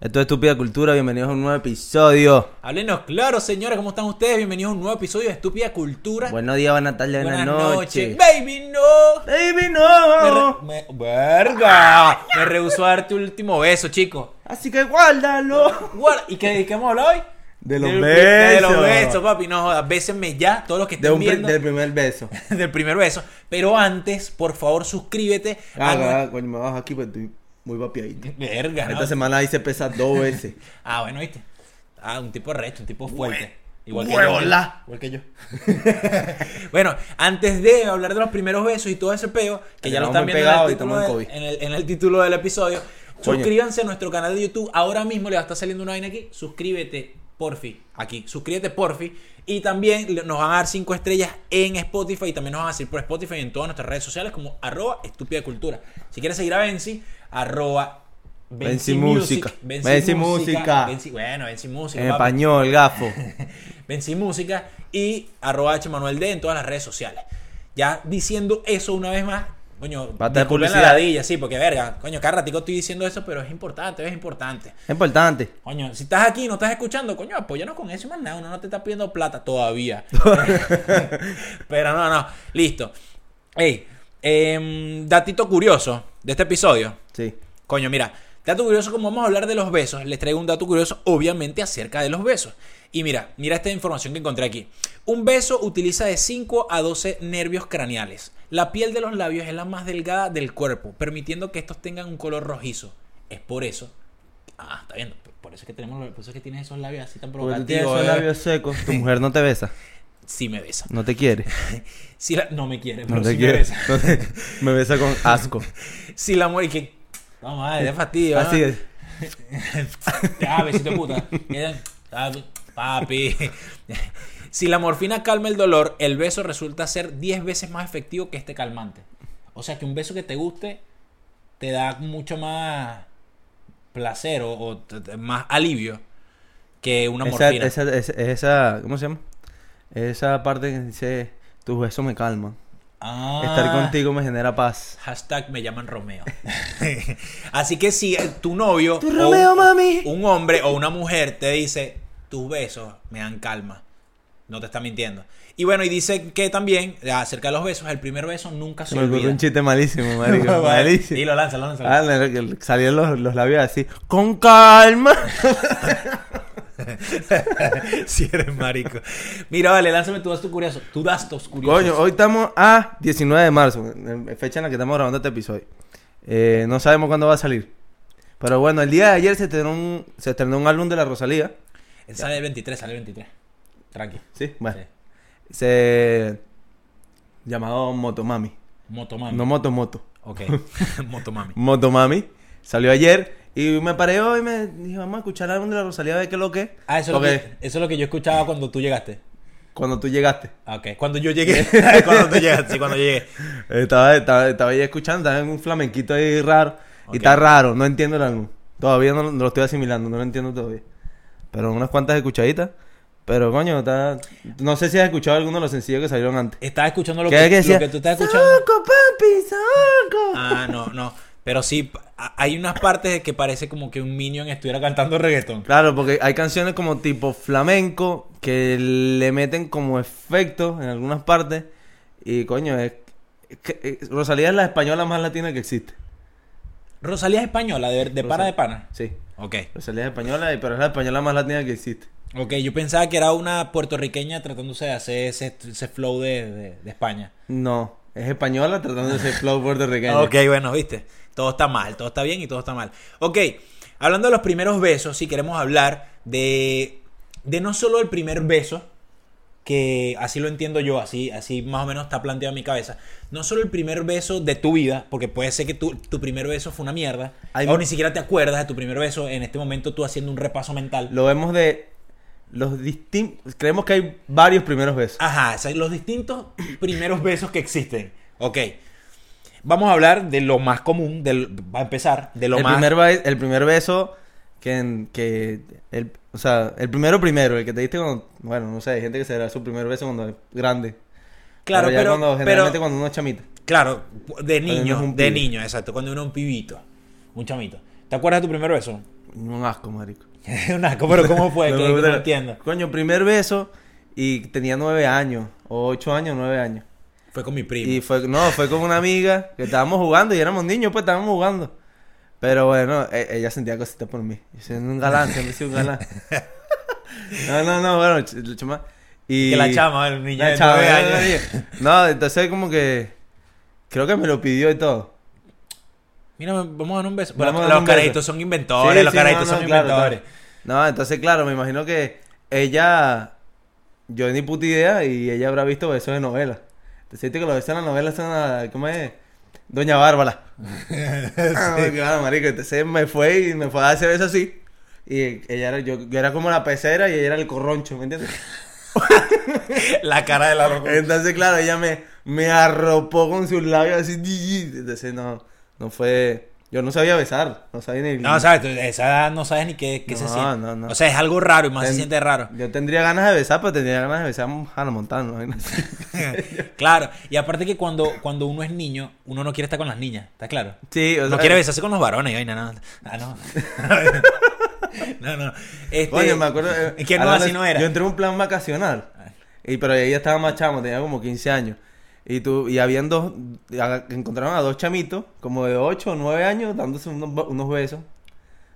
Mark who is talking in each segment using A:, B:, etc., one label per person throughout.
A: Esto es Estúpida Cultura, bienvenidos a un nuevo episodio.
B: Háblenos claro, señores, ¿cómo están ustedes? Bienvenidos a un nuevo episodio de Estúpida Cultura.
A: Buenos días, buenas tardes, buenas, noches.
B: Baby, no.
A: Baby,
B: Me
A: no.
B: re- me- ¡Verga! Me rehusó a dar tu último beso, chico.
A: Así que guárdalo.
B: Guarda- ¿Y qué, de qué hemos hablado hoy?
A: De los
B: Del-
A: besos.
B: De los besos, papi. No jodas, bésenme ya, todos los que
A: De
B: estén
A: un pri-
B: viendo. Ah,
A: del primer beso.
B: del primer beso. Pero antes, por favor, suscríbete
A: Ah,
B: a nue-
A: ah, coño, me bajo aquí porque estoy muy vapiadito.
B: Verga, ¿no?
A: Esta semana hice pesas dos veces.
B: Ah, bueno, ¿viste? Ah, un tipo recho, un tipo fuerte. Igual
A: huevola.
B: que, yo, igual que yo. bueno, antes de hablar de los primeros besos y todo ese peo, que ya lo
A: Estamos
B: están
A: muy
B: viendo en
A: pegados
B: el,
A: y estamos
B: título
A: en
B: de-
A: COVID.
B: en el- en el título del episodio,
A: Coño.
B: suscríbanse a nuestro canal de YouTube. Ahora mismo le va a estar saliendo una vaina aquí. Suscríbete, porfi, aquí. Suscríbete, porfi. Y también le- nos van a dar cinco estrellas en Spotify. Y también nos van a seguir por Spotify y en todas nuestras redes sociales como arroba estúpida cultura. Si quieres seguir a Benzi, arroba
A: Benzi Música.
B: Benzi,
A: Benzi Música.
B: Música. Benzi- bueno, Benzi Música.
A: En
B: papi.
A: español, gafo.
B: Benzi Música. Y arroba H Manuel D en todas las redes sociales. Ya diciendo eso una vez más. Coño,
A: Va a tener
B: disculpen la
A: publicidad.
B: ladilla, sí, porque verga. Coño, cada ratico estoy diciendo eso, pero es importante, es importante.
A: Es importante.
B: Coño, si estás aquí y no estás escuchando, coño, apóyanos con eso y más nada. Uno no te está pidiendo plata todavía. Pero no, no. Listo. Ey, em, datito curioso de este episodio.
A: Sí.
B: Coño, mira, dato curioso, como vamos a hablar de los besos, les traigo un dato curioso, obviamente, acerca de los besos. Y mira, mira esta información que encontré aquí. Un beso utiliza de 5 a 12 nervios craneales. La piel de los labios es la más delgada del cuerpo, permitiendo que estos tengan un color rojizo. Es por eso. Ah, está viendo. Por eso es que tenemos los- por eso es que tienes esos labios así tan
A: Porque tú
B: provocativos.
A: tienes esos
B: eh.
A: labios secos. Tu mujer no te besa.
B: Sí me besa.
A: No te quiere.
B: Sí la- No me quiere, pero
A: No te
B: sí me
A: quiere.
B: besa.
A: No te- me besa con asco.
B: Si la mujer que. Vamos, a de fastidio. ¿no?
A: Así es.
B: ah, besito de puta. Ah, Papi. Si la morfina calma el dolor, el beso resulta ser 10 veces más efectivo que este calmante. O sea que un beso que te guste te da mucho más placer o, o t- t- más alivio que una
A: Esa,
B: morfina.
A: esa, esa, esa- ¿cómo se llama? Esa parte que dice, tus besos me calman.
B: Ah.
A: Estar contigo me genera paz.
B: Hashtag me llaman Romeo. Así que si eh, tu novio
A: Tu
B: o
A: Romeo,
B: un,
A: mami.
B: un hombre o una mujer te dice tus besos me dan calma, no te está mintiendo. Y bueno, y dice que también acerca de los besos, el primer beso nunca
A: Se
B: se,
A: me ocurrió
B: olvida.
A: un chiste malísimo, marico. malísimo.
B: Y lo lanza, lo lanza.
A: Ah, le- le- salieron los, los labios así, con calma.
B: si eres marico. Mira, vale, lánzame tú das tu curioso. Tú das tus curiosos.
A: Coño, hoy estamos a 19 de marzo, eh, fecha en la que estamos grabando este episodio. Eh, no sabemos cuándo va a salir. Pero bueno, el día de ayer se estrenó un, se estrenó un álbum de la Rosalía.
B: Sale el 23, sale el 23. Tranqui.
A: Sí, bueno.
B: Sí.
A: Se... Llamado Motomami.
B: Motomami.
A: No Moto Moto.
B: Ok. Motomami.
A: Motomami. Salió ayer y me paré hoy y me dije, vamos a escuchar el álbum de la Rosalía a ver qué es lo que es.
B: Ah, eso, es lo
A: Porque
B: que- eso es lo que yo escuchaba cuando tú llegaste.
A: Cuando tú llegaste.
B: Ah, Ok, cuando yo llegué. cuando tú llegaste, sí, cuando llegué.
A: eh, Estaba, estaba, estaba ahí escuchando, estaba en un flamenquito ahí raro. Y
B: Ok.
A: está raro, no entiendo el álbum. Todavía no, lo- no lo estoy asimilando, no lo entiendo todavía. Pero unas cuantas escuchaditas. Pero coño, está... No sé si has escuchado alguno de los sencillos que salieron antes.
B: Estaba escuchando lo
A: ¿Qué
B: que,
A: es que decía?
B: lo que tú estás escuchando.
A: ¡Saco, papi, saco!
B: Ah, no, no. Pero sí, a- hay unas partes de que parece como que un Minion estuviera cantando reggaetón.
A: Claro, porque hay canciones como tipo flamenco que le meten como efectos en algunas partes. Y coño, es, es que- es- Rosalía es la española más latina que existe.
B: Rosalía es española, de, de pana de pana.
A: Sí.
B: Ok.
A: Rosalía es española, y- pero es la española más latina que existe.
B: Ok, yo pensaba que era una puertorriqueña tratándose de hacer ese, ese flow de, de- de España.
A: No, es española tratando de ser flow puertorriqueño.
B: Ok, bueno, viste. Todo está mal, todo está bien y todo está mal. Ok, hablando de los primeros besos, si queremos hablar de, de no solo el primer beso, que así lo entiendo yo, así, así más o menos está planteado en mi cabeza. No solo el primer beso de tu vida, porque puede ser que tu, tu primer beso fue una mierda,
A: Hay-
B: o ni siquiera te acuerdas de tu primer beso, en este momento tú haciendo un repaso mental.
A: Lo vemos de los distintos. Creemos que hay varios primeros besos.
B: Ajá, o sea, los distintos primeros besos que existen. Ok. Vamos a hablar de lo más común, del, va a empezar, de lo
A: el,
B: más...
A: primer ba- el primer beso que, en- que el, o sea, el primero primero, el que te diste cuando, bueno, no sé, hay gente que se da su primer beso cuando es grande.
B: Claro,
A: ya
B: pero,
A: cuando,
B: pero-
A: generalmente cuando uno es chamita.
B: claro, de
A: uno es
B: niño,
A: un
B: de
A: pibe.
B: niño, exacto, cuando uno es un pibito, un chamito. ¿Te acuerdas de tu primer beso?
A: Un asco, marico.
B: Un asco, pero ¿cómo fue?
A: No,
B: que,
A: pero-
B: que no entiendo.
A: Coño, primer beso y tenía nueve años, o ocho años, nueve años.
B: Fue con mi primo.
A: Y fue, no, fue con una amiga que estábamos jugando y éramos niños, pues estábamos jugando. Pero bueno, e- ella sentía cositas por mí. Yo soy un galán, siempre he sido un galán. No, no, no, bueno, ch- la chama. Y
B: Que la chama, el niño
A: la eh,
B: de
A: chama,
B: nueve
A: la
B: años.
A: niña. No, entonces como que. Creo que me lo pidió y todo.
B: Mira, vamos a dar un beso.
A: Vamos a
B: Bueno,
A: dar
B: los
A: un beso.
B: carajitos son inventores,
A: Sí,
B: los
A: sí,
B: carajitos
A: no, no,
B: son
A: claro,
B: inventores.
A: claro. No, entonces, claro, me imagino que ella. Yo ni puta idea y ella habrá visto besos de novela. Entonces, viste que los besos en la novela son. a- ¿Cómo es? Doña Bárbara. Ah, claro, marico. Entonces me fue y me fue a dar ese beso así. Y ella era, yo, yo era como la pecera y ella era el corroncho, ¿me entiendes?
B: La cara de la roca.
A: Entonces, claro, ella me, me arropó con sus labios así. "Yi, yi". Entonces, no, no fue. Yo no sabía besar, no sabía ni.
B: No, sabes, tú, a esa edad no sabes ni qué, qué se
A: No,
B: siente.
A: no, no.
B: O sea, es algo raro y más se
A: Ten-
B: siente raro.
A: Yo tendría ganas de besar, pero tendría ganas de besar a Hannah Montana. ¿no?
B: claro. Y aparte que cuando, cuando uno es niño, uno no quiere estar con las niñas, ¿está claro?
A: Sí, o sea.
B: No quiere besarse con los varones, y vaina, no. Ah, no. no, no. Este,
A: Coño, me acuerdo. eh,
B: Es que no,
A: hablando-
B: así no era.
A: Yo entré en un plan vacacional. Y, pero ella estaba más chamo, tenía como 15 años. Y tú, y habían dos, y a- encontraron a dos chamitos, como de 8 o 9 años, dándose unos, bo- unos besos.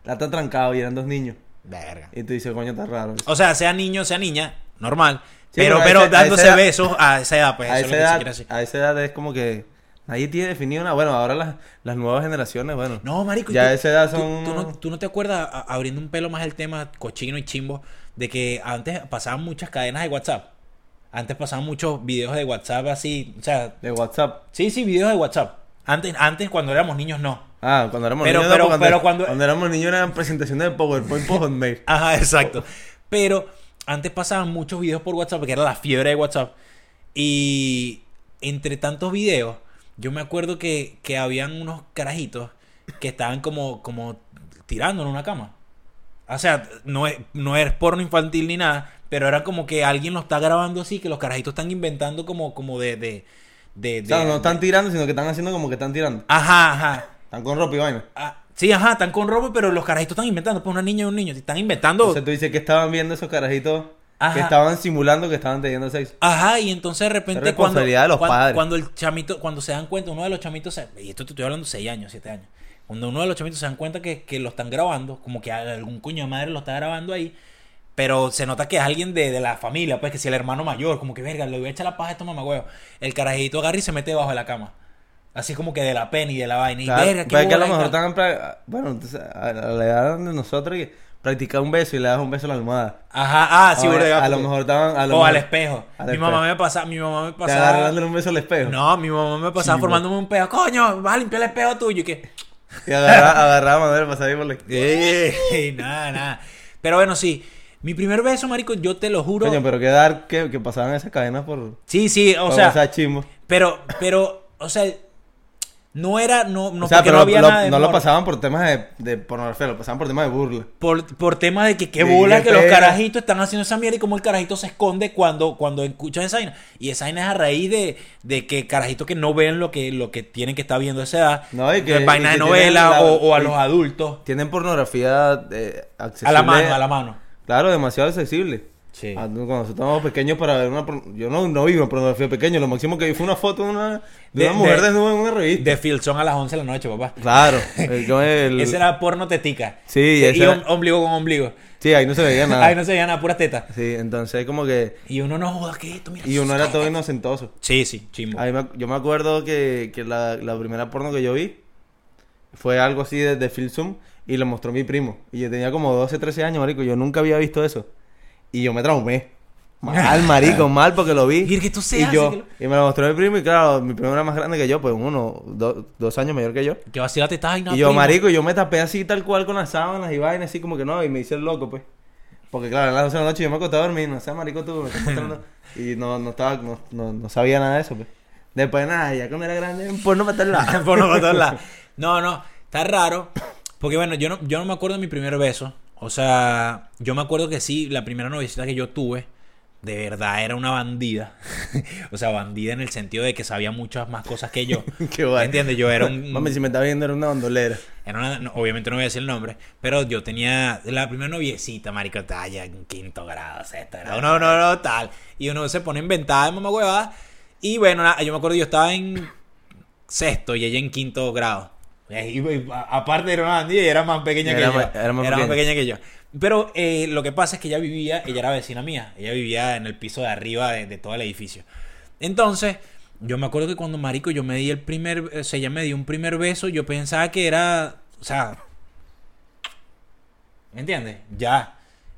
A: La están trancado y eran dos niños.
B: Verga.
A: Y tú dices, coño, está raro. eso.
B: O sea, sea niño, sea niña, normal.
A: Sí,
B: pero
A: porque a
B: pero
A: ese- a
B: dándose
A: esa edad-
B: besos a esa edad, pues.
A: a,
B: eso
A: esa
B: es lo que se
A: edad,
B: quiere decir.
A: a esa edad es como que nadie tiene definido nada. Bueno, ahora las, las nuevas generaciones, bueno.
B: No, marico. y
A: Ya
B: tú-
A: a esa edad
B: tú-
A: son-
B: Tú, no, tú no te acuerdas, a- abriendo un pelo más el tema cochino y chimbo, de que antes pasaban muchas cadenas de WhatsApp. Antes pasaban muchos videos de WhatsApp así. O sea,
A: De WhatsApp.
B: sí, sí, videos de WhatsApp. Antes, antes cuando éramos niños, no.
A: Ah, cuando éramos
B: Pero-
A: niños. no,
B: pero-
A: cuando,
B: pero cuando-
A: cuando éramos niños eran presentaciones de PowerPoint por Hotmail.
B: Ajá, exacto. Pero antes pasaban muchos videos por WhatsApp, que era la fiebre de WhatsApp. Y entre tantos videos, yo me acuerdo que, que habían unos carajitos que estaban como, como tirando en una cama. O sea, no es, no es porno infantil ni nada, pero era como que alguien lo está grabando así, que los carajitos están inventando como, como de... de, de-
A: O sea,
B: de-
A: no están tirando, sino que están haciendo como que están tirando.
B: Ajá, ajá.
A: Están con ropa y vaina.
B: Ah, sí, ajá, están con robo, pero los carajitos están inventando, pues una niña y un niño, están inventando...
A: Entonces tú dices que estaban viendo esos carajitos
B: Ajá.
A: que estaban simulando que estaban teniendo sexo.
B: Ajá, y entonces de repente
A: Es responsabilidad de
B: cuando,
A: los
B: cuan-
A: padres.
B: cuando el chamito, cuando se dan cuenta, uno de los chamitos, se- y esto te estoy hablando 6 años, 7 años, cuando uno de los chamitos se dan cuenta que, que lo están grabando, como que algún coño de madre lo está grabando ahí, pero se nota que es alguien de, de la familia, pues que si el hermano mayor, como que verga, le voy a echar la paja a estos mamagüeos, el carajito agarra y se mete debajo de la cama. Así como que de la pena y de la vaina. Y
A: Claro,
B: verga,
A: pero
B: qué
A: pues es que a lo
B: bola y
A: mejor
B: tal.
A: están. pra- Bueno, entonces a a la edad de nosotros que practicar un beso y le das un beso a la almohada.
B: Ajá, ah, sí,
A: Ahora,
B: verdad,
A: a lo
B: porque-
A: mejor estaban. A lo
B: O
A: mejor-
B: al espejo.
A: Al
B: mi
A: espejo.
B: mamá me pasaba, mi mamá me
A: Te
B: pasaba.
A: agarran dándole un beso al espejo.
B: No, mi mamá me pasaba
A: Chivo.
B: formándome un pedo. Coño, vas a limpiar el pedo tuyo. Y que.
A: Y agarra- agarraba a Manuel para salir por la. Eh.
B: "Ey, nada, nada. Pero bueno, sí. Mi primer beso, marico, yo te lo juro.
A: Coño, pero qué dar que, que pasaban esas cadenas por.
B: Sí, sí, o
A: por
B: sea.
A: WhatsApp chimbo.
B: Pero, pero, o sea, no era, no, no,
A: o sea,
B: porque
A: pero
B: no había
A: lo-
B: nada de
A: no lo
B: morbo.
A: pasaban por temas de, de pornografía, lo pasaban por temas de burla.
B: Por, por tema de que qué
A: Sí,
B: bola
A: qué
B: que los
A: pena.
B: carajitos están haciendo esa mierda y cómo el carajito se esconde cuando, cuando escuchan esa vaina. Y esa vaina es a raíz de, de que carajitos que no ven lo que, lo que tienen que estar viendo a esa edad.
A: No, y que-
B: de vaina
A: y
B: de
A: que
B: novela
A: tienen la-
B: o, o a
A: y-
B: los adultos.
A: Tienen pornografía eh,
B: A
A: accesible.
B: la mano, a la mano.
A: Claro, demasiado accesible.
B: Sí.
A: Ah, no, Cuando nosotros estábamos pequeños para ver una... por- Yo no, no vi una pornografía pequeña, lo máximo que vi fue una foto de una, de
B: De-
A: una mujer
B: de-
A: desnuda en una revista.
B: De Filson a las 11 de la noche, papá.
A: Claro. el- con el-
B: Ese era porno tetica.
A: Sí,
B: y
A: ese
B: om-
A: era-
B: ombligo con ombligo.
A: Sí, ahí no se veía nada.
B: Ahí no se veía nada, puras tetas.
A: Sí, entonces como que...
B: Y uno no joda, ¿qué es esto? Mira.
A: Y uno era todo inocentoso.
B: Sí, sí, chimbo.
A: A mí me- yo me acuerdo que, que la, la primera porno que yo vi fue algo así de, de Phil Zoom y lo mostró mi primo. Y yo tenía como 12, 13 años, marico. Yo nunca había visto eso. Y yo me traumé. Mal, marico, mal porque lo vi.
B: Virgen, tú se
A: y
B: hace
A: yo,
B: que lo-
A: Y me lo mostró mi primo y claro, mi primo era más grande que yo, pues uno, do- dos años mayor que yo.
B: Que vacilate estás ahí, no,
A: y yo,
B: primo.
A: marico, yo me tapé así tal cual con las sábanas y vainas así como que no, y me hice el loco, pues. Porque claro, a las 12 de la noche yo me acosté a dormir, no sé, marico, tú me estás mostrando. y no, no estaba, no, no, no sabía nada de eso, pues. Después nada, ya cuando era grande, pues no matarla.
B: Por no matarla. No, no, está raro. Porque bueno, yo no, yo no me acuerdo de mi primer beso. O sea, yo me acuerdo que sí, la primera noviecita que yo tuve, de verdad era una bandida. o sea, bandida en el sentido de que sabía muchas más cosas que yo.
A: Qué guay.
B: ¿Entiendes? Yo era un...
A: Mami, si me está viendo, era una bandolera.
B: Era una- no, obviamente no voy a decir el nombre, pero yo tenía la primera noviecita, marico, estaba ya en quinto grado, sexto grado, no, no, no, tal. Y uno se pone inventada de mamá huevada. Y bueno, nada, yo me acuerdo, yo estaba en sexto y ella en quinto grado. Eh, Y- y- a- aparte era una bandida y era más pequeña
A: Era
B: que yo.
A: más- era más
B: era más
A: pequeña.
B: pequeña que yo. Pero eh, lo que pasa es que ella vivía, ella era vecina mía, ella vivía en el piso de arriba de, de todo el edificio. Entonces, yo me acuerdo que cuando Marico yo me di el primer, eh, o sea, ella me dio un primer beso, yo pensaba que era, o sea, ¿me entiendes? Ya.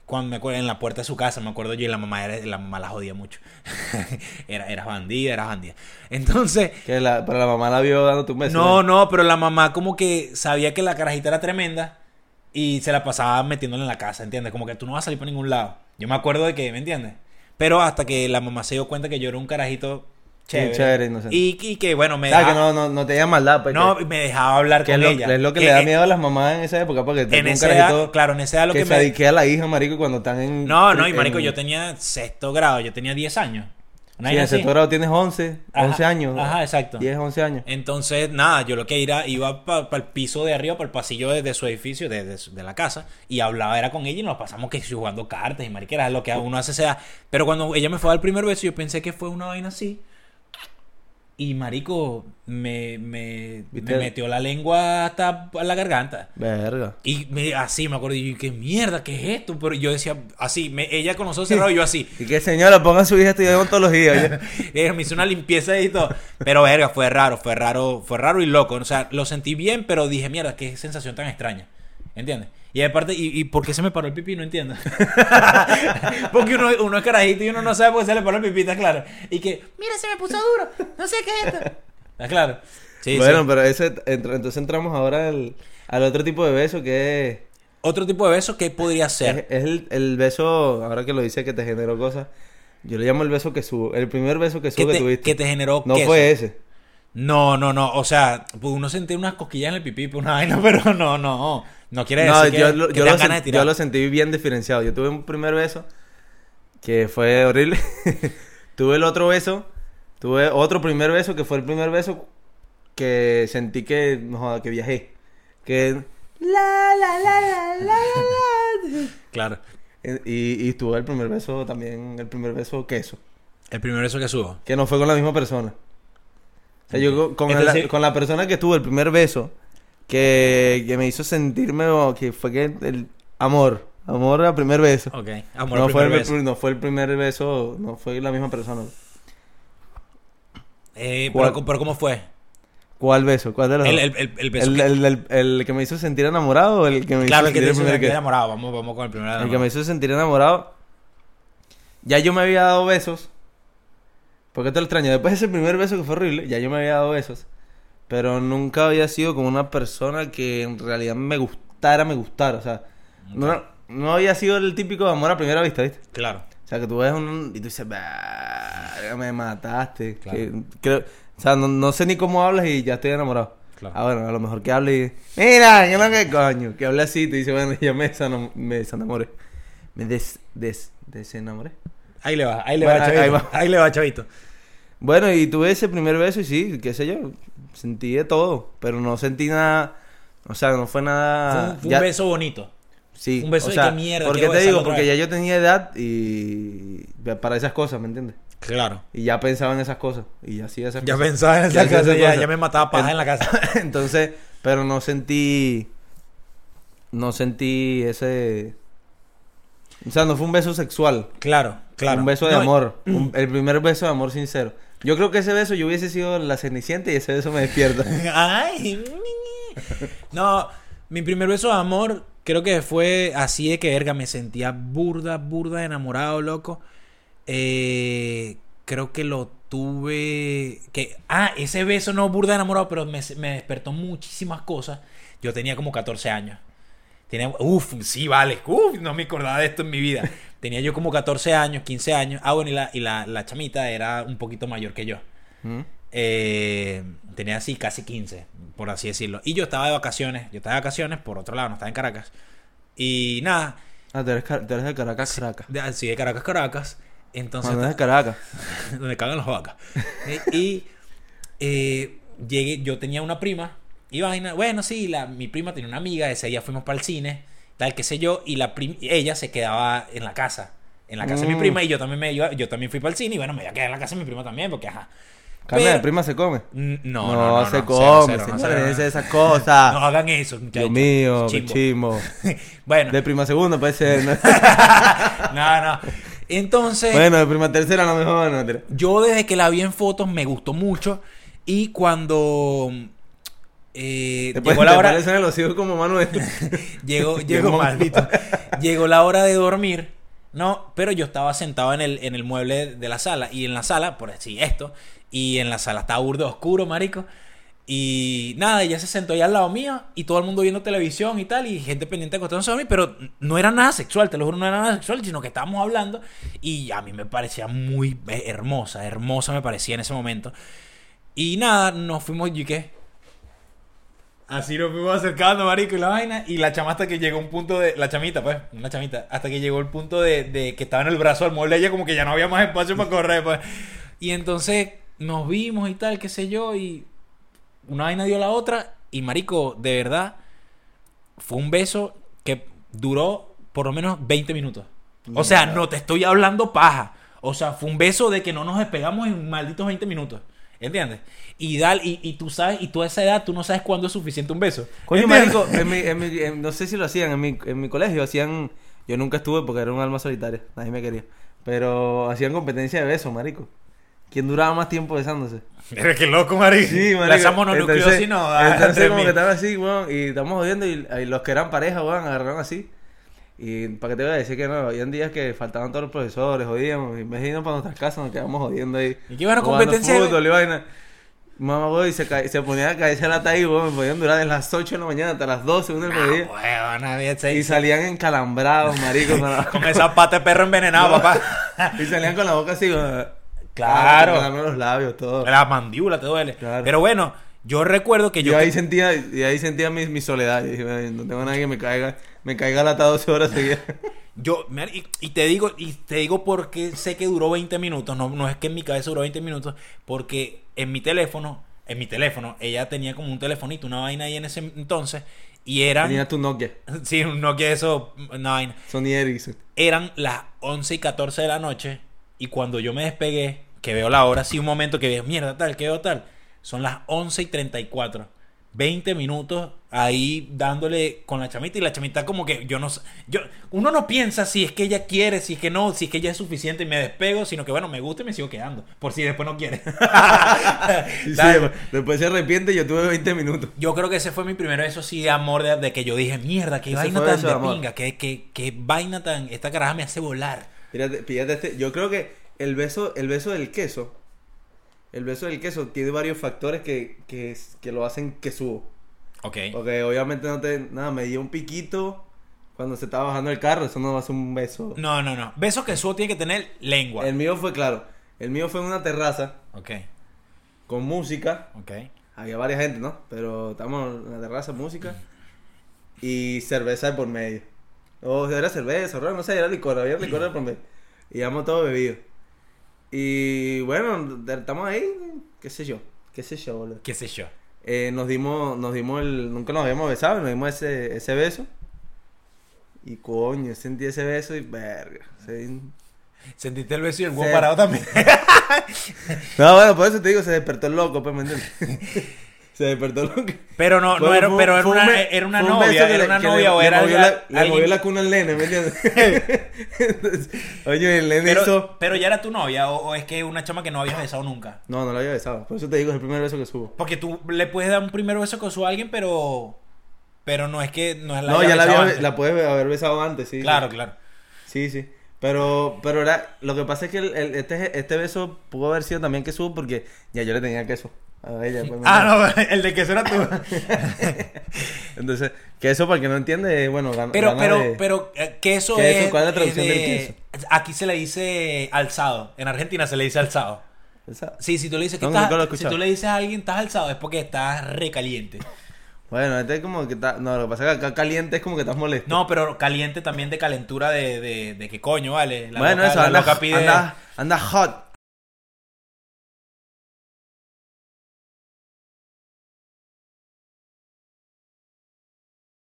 B: Cuando me acuerdo, en la puerta de su casa, me acuerdo yo, y la mamá, era- la mamá la jodía mucho. era, eras bandida, eras bandida. Entonces,
A: Que la, para la mamá la vio dando tu beso.
B: no, no, pero la mamá como que sabía que la carajita era tremenda y se la pasaba metiéndola en la casa, ¿entiendes? Como que tú no vas a salir para ningún lado. Yo me acuerdo de que, ¿me entiendes? Pero hasta que la mamá se dio cuenta que yo era un carajito chévere.
A: chévere, inocente.
B: y, y que, bueno, me
A: O sea, que
B: dejaba,
A: no, no, no te llamas maldad. Pues,
B: no,
A: que,
B: me dejaba hablar
A: que
B: con
A: es, lo,
B: ella.
A: es lo que
B: Eh,
A: le da
B: eh,
A: miedo a las mamás en esa época. Porque
B: En
A: un
B: esa
A: carajito
B: edad, claro, en esa edad lo
A: que,
B: que,
A: se
B: me...
A: adiquea a la hija, marico, cuando están en...
B: No, no, y marico,
A: en-
B: yo tenía sexto grado, yo tenía 10 años. Una
A: Sí,
B: vaina
A: en
B: así.
A: sexto grado tienes 11,
B: Ajá,
A: 11 años.
B: ajá, exacto. Eh.
A: 10, 11 años.
B: Entonces, nada, yo lo que era, iba para el piso de arriba, para el pasillo de, de su edificio, de, de su- de la casa, y hablaba, era con ella y nos pasamos que sí, jugando cartas y mariqueras, lo que uno hace sea. Pero cuando ella me fue al primer beso, yo pensé que fue una vaina así. Y marico, me, me, me
A: ¿Viste?
B: metió la lengua hasta la garganta.
A: Verga.
B: Y me- así me acuerdo, y yo, ¿qué mierda? ¿Qué es esto? Pero yo decía, así, me- ella con nosotros cerrado, yo así.
A: Y que señora, ponga a su hija a estudiar todos los días. oye.
B: Eh, me hizo una limpieza y todo. Pero verga, fue raro, fue raro, fue raro y loco. O sea, lo sentí bien, pero dije, mierda, qué sensación tan extraña. ¿Entiendes? Y aparte, ¿y, y por qué se me paró el pipí? No entiendo. Porque uno, uno es carajito y uno no sabe por qué se le paró el pipí, está claro. Y que, mira, se me puso duro, no sé qué es esto. ¿Está claro? Sí,
A: bueno,
B: sí.
A: pero ese, entr- entonces entramos ahora al, al otro tipo de beso que es,
B: Otro tipo de beso que podría
A: es,
B: ser.
A: es el, el beso, ahora que lo dice que te generó cosas, yo le llamo el beso que subo, el primer beso que
B: Que
A: subo que,
B: te,
A: tuviste.
B: que te generó
A: no
B: queso.
A: fue ese.
B: No, no, no. O sea, pues, uno sentía unas cosquillas en el pipí, pues, una vaina, pero no, no. No quiere decir
A: No,
B: que,
A: yo, lo,
B: que
A: yo,
B: te
A: lo
B: dan ganas de
A: sen-
B: tirar.
A: yo lo sentí bien diferenciado. Yo tuve un primer beso que fue horrible. tuve el otro beso, tuve otro primer beso que fue el primer beso que sentí que, no, joda, que viajé. Que... La, la, la, la, la, la, la.
B: Claro.
A: Eh, Y, y tuve el primer beso también, el primer beso queso,
B: El primer beso que subo.
A: que no fue con la misma persona. O sea, yo co- con,
B: Es
A: la,
B: decir-
A: con la persona que tuve el primer beso, que, que me hizo sentirme, o que fue que el amor, amor al primer beso.
B: Ok. Amor,
A: Ah, no,
B: al
A: fue
B: primer
A: el,
B: beso.
A: pri- no fue el primer beso, no fue la misma persona.
B: Eh,
A: ¿Cuál?
B: pero, pero ¿cómo fue?
A: ¿Cuál beso? ¿Cuál de los
B: El,
A: dos?
B: el, el, el beso.
A: ¿El-
B: que-
A: el- el- el que me hizo sentir enamorado o el que me
B: claro, el
A: hizo
B: que te
A: sentir
B: hizo
A: primer
B: sentir
A: queso?
B: enamorado. Vamos, vamos con el primero.
A: El que me hizo sentir enamorado. Ya yo me había dado besos. Porque te lo extraño. Después de ese primer beso que fue horrible, ya yo me había dado besos. Pero nunca había sido como una persona que en realidad me gustara, me gustara. O sea, no, no había sido el típico amor a primera vista, ¿viste?
B: Claro.
A: O sea, que tú ves un... Y tú dices, "Verga, me mataste.
B: Claro.
A: Que- creo- o sea, no, no sé ni cómo hablas y ya estoy enamorado.
B: Claro.
A: Ah, bueno, a lo mejor que hable y... Mira, yo no que coño. Que hable así y te dice, bueno, ya me, desano- me desenamoré. Me des, des, desenamoré.
B: Ahí le va, ahí le
A: Bueno,
B: va,
A: ahí-
B: chavito. Ahí,
A: ahí va.
B: le va, chavito.
A: Bueno, y tuve ese primer beso y sí, qué sé yo. Sentí de todo. Pero no sentí nada... O sea, no fue
B: Fue
A: nada...
B: un, fue un
A: Ah, ya-
B: beso bonito.
A: Sí.
B: un beso
A: o
B: de
A: sea,
B: qué mierda,
A: ¿Por qué
B: quiero
A: te
B: besarlo
A: digo?
B: otra
A: Porque ya
B: vez.
A: yo tenía edad y... Para esas cosas, ¿me entiendes?
B: Claro.
A: Y ya pensaba en esas cosas. Y ya hacía esas
B: Ya
A: cosas.
B: pensaba en
A: Ya
B: esa
A: hacía
B: casa,
A: esas
B: ya,
A: cosas.
B: ya me mataba paja en la casa.
A: Entonces, pero no sentí. No sentí ese. O sea, no fue un beso sexual.
B: Claro, claro.
A: Un beso de
B: No,
A: amor. Un- el primer beso de amor sincero. Yo creo que ese beso yo hubiese sido la cenicienta y ese beso me despierta.
B: Ay. No, mi primer beso de amor creo que fue así de que verga, me sentía burda, burda, enamorado, loco. Eh, creo que lo tuve que ah, ese beso no burda enamorado, pero me, me despertó muchísimas cosas. Yo tenía como 14 años. Tenía, uf, sí, vale. Uf, no me acordaba de esto en mi vida. Tenía yo como 14 años, 15 años. Ah, bueno, y la, y la, la chamita era un poquito mayor que yo.
A: ¿Mm?
B: Eh, tenía así casi 15, por así decirlo. Y yo estaba de vacaciones. Yo estaba de vacaciones, por otro lado, no estaba en Caracas. Y nada,
A: Ah, tú eres, car- tú eres de Caracas, Caracas.
B: de, así de Caracas, Caracas. Entonces,
A: Cuando es de Caracas.
B: donde cagan las vacas. Eh, y eh, llegué, yo tenía una prima, y vaina, bueno, sí, la, mi prima tenía una amiga, ese día fuimos para el cine, tal, qué sé yo, y la prim- y ella se quedaba en la casa, en la casa de mi
A: Mm.
B: prima, y yo también me iba- yo también fui para el cine, y bueno, me voy a quedar en la casa de mi prima también, porque ajá.
A: Carne
B: Pero-
A: de prima se come.
B: N- No,
A: No,
B: no, no,
A: se
B: no, cero,
A: come,
B: cero, no,
A: señores,
B: cero,
A: esa-
B: no.
A: esas cosas.
B: No hagan eso,
A: Dios
B: muchachos.
A: mío, qué
B: Chimbo.
A: chimbo.
B: Bueno,
A: De prima segunda puede ser. ¿no?
B: no, no. Entonces,
A: bueno, de prima tercera a lo mejor. No, mentira.
B: Yo desde que la vi en fotos me gustó mucho. Y cuando eh,
A: Te
B: llegó la hora.
A: parecen a los hijos como Manuel.
B: Llegó,
A: Qué
B: llegó,
A: monstruo.
B: maldito. Llegó la hora de dormir. No, pero yo estaba sentado en el, en el mueble de la sala. Y en la sala, por así esto. Y en la sala estaba burdo oscuro, marico. Y nada, ella se sentó ahí al lado mío. Y todo el mundo viendo televisión y tal. Y gente pendiente de acostarse a dormir. Pero no era nada sexual, te lo juro, no era nada sexual. Sino que estábamos hablando. Y a mí me parecía muy eh, hermosa. Hermosa me parecía en ese momento. Y nada, nos fuimos. ¿Y qué? Así nos fuimos acercando, marico, y la vaina. Y la chama hasta que llegó un punto de... La chamita, pues. Una chamita. Hasta que llegó el punto de, de que estaba en el brazo del mueble. Ella como que ya no había más espacio para correr, pues. Y entonces nos vimos y tal, qué sé yo. Y una vaina dio la otra. Y, marico, de verdad, fue un beso que duró por lo menos 20 minutos. O sea, no te estoy hablando paja. O sea, fue un beso de que no nos despegamos en malditos 20 minutos. ¿Entiendes? Y, dal, y, y tú sabes, y tú a esa edad, tú no sabes cuándo es suficiente un beso.
A: Coño,
B: ¿Entiendes?
A: marico, en mi, en mi- en- no sé si lo hacían, en mi, en mi colegio hacían... Yo nunca estuve porque era un alma solitaria, nadie me quería. Pero hacían competencia de besos, marico. ¿Quién duraba más tiempo besándose?
B: Mira qué loco, marico. La esa mononucleosis
A: Entonces-
B: no da
A: Entonces
B: entre
A: como
B: mí.
A: que estaban así, weón, y estamos jodiendo y, y los que eran pareja, weón, agarraron así. Y para qué te voy a decir que no, habían días que faltaban todos los profesores, jodíamos, y en vez de irnos para nuestras casas nos quedamos jodiendo ahí.
B: Y que iban a
A: jugando
B: competencia de-
A: Fútbol, y vaina. Mamá, weón, y se, ca- se ponía a caerse la lata ahí, weón, podían durar desde las 8 de la mañana hasta las 12, 1 del mediodía.
B: Ah, huevón, nadie se-
A: Y salían encalambrados, marico. con la-
B: Con esa pata de perro envenenado, papá.
A: y salían con la boca así. weón.
B: Claro.
A: Ah, tocándome los labios, todo.
B: La mandíbula te duele.
A: Claro.
B: Pero bueno, yo recuerdo que
A: Yo
B: yo...
A: ahí sentía, y ahí sentía mi, mi soledad. Y dije, "Ay, no tengo nadie que me caiga, me caiga lata 12 horas seguidas.
B: Yo, man, y, y te digo, y te digo porque sé que duró 20 minutos. No, no es que en mi cabeza duró 20 minutos, porque en mi teléfono, en mi teléfono, ella tenía como un telefonito, una vaina ahí en ese entonces, y eran.
A: Tenía tu Nokia,
B: Sí, un Nokia de eso, una vaina.
A: Sony Ericsson.
B: Eran las 11 y 14 de la noche, y cuando yo me despegué, que veo la hora, sí, un momento que veo, mierda, tal, que veo tal. Son las 11 y 34. 20 minutos ahí dándole con la chamita y la chamita como que yo no sé- yo uno no piensa si es que ella quiere, si es que no, si es que ella es suficiente y me despego, sino que bueno, me gusta y me sigo quedando, por si después no quiere.
A: Y sí,
B: Dale. pues.
A: después se arrepiente, yo tuve 20 minutos.
B: Yo creo que ese fue mi primero eso sí de amor de, de que yo dije, mierda, qué
A: Ese
B: vaina
A: fue
B: tan
A: eso
B: de
A: de amor.
B: pinga, qué, qué, qué vaina tan, esta caraja me hace volar.
A: Fíjate, fíjate este, yo creo que el beso, el beso del queso, el beso del queso tiene varios factores que, que, que lo hacen que subo.
B: Ok.
A: Porque obviamente no te, nada, me dio un piquito cuando se estaba bajando el carro, eso no va a ser un beso.
B: No, no, no. Besos que subo tiene que tener lengua.
A: El mío fue claro, el mío fue en una terraza
B: Ok,
A: con música.
B: ok.
A: Había varias gente, ¿no? Pero estamos en la terraza, música y cerveza de por medio. O era cerveza, o no sé, era licor, había licor de por medio. Y íbamos todos bebidos. Y bueno, estamos ahí, qué sé yo, qué sé yo, boludo.
B: Qué sé yo.
A: Eh, nos dimos, nos dimos el, nunca nos habíamos besado, nos dimos ese, ese beso. Y coño, sentí ese beso y verga. se-
B: Sentiste el beso y el huevo
A: Sí.
B: parado también.
A: No, bueno, por eso te digo, se despertó el loco, pues, ¿me entiendes? se despertó el loco.
B: Pero no, no
A: Fue-
B: era,
A: fue-
B: pero era
A: fue un
B: una,
A: be-
B: era una
A: fue un
B: novia,
A: beso que
B: era
A: le-
B: una
A: que le-
B: novia o
A: le
B: era
A: movió
B: ya
A: la- Le
B: alguien-
A: movió la cuna al nene, ¿me entiendes? Entonces, Oye, el nene hizo...
B: Pero, pero ya era tu novia o, o es que una chama que no habías besado nunca.
A: No, no lo había besado. Por eso te digo, es el primer beso que subo.
B: Porque tú le puedes dar un primer beso con su a alguien, pero pero no es que no es la
A: no,
B: hayas
A: ya la,
B: besado
A: había,
B: antes.
A: la puedes haber besado antes, sí.
B: Claro, claro.
A: Sí, sí. Pero, pero era, lo que pasa es que el- el- este, este beso pudo haber sido también que subo porque ya yo le tenía queso a ella. pues, ¿me entiendes?
B: Ah, no, el de queso era tú.
A: Entonces, queso, para el que no entiende, bueno, gan-
B: Pero,
A: gana
B: pero,
A: de-
B: pero, eh, queso,
A: Queso,
B: es.
A: ¿cuál es la traducción
B: es
A: del queso?
B: Aquí se le dice alzado. En Argentina se le dice alzado.
A: Esa-
B: Sí, si tú le dices que
A: No,
B: estás-
A: nunca lo he
B: si
A: escuchado.
B: tú le dices a alguien estás alzado es porque estás recaliente.
A: Bueno, este es como que está. No, lo que pasa es que acá caliente es como que estás molesto.
B: No, pero caliente también de calentura de, de, de que coño, ¿vale? La
A: bueno,
B: loca-
A: eso,
B: la
A: anda,
B: loca pide-
A: anda, anda hot.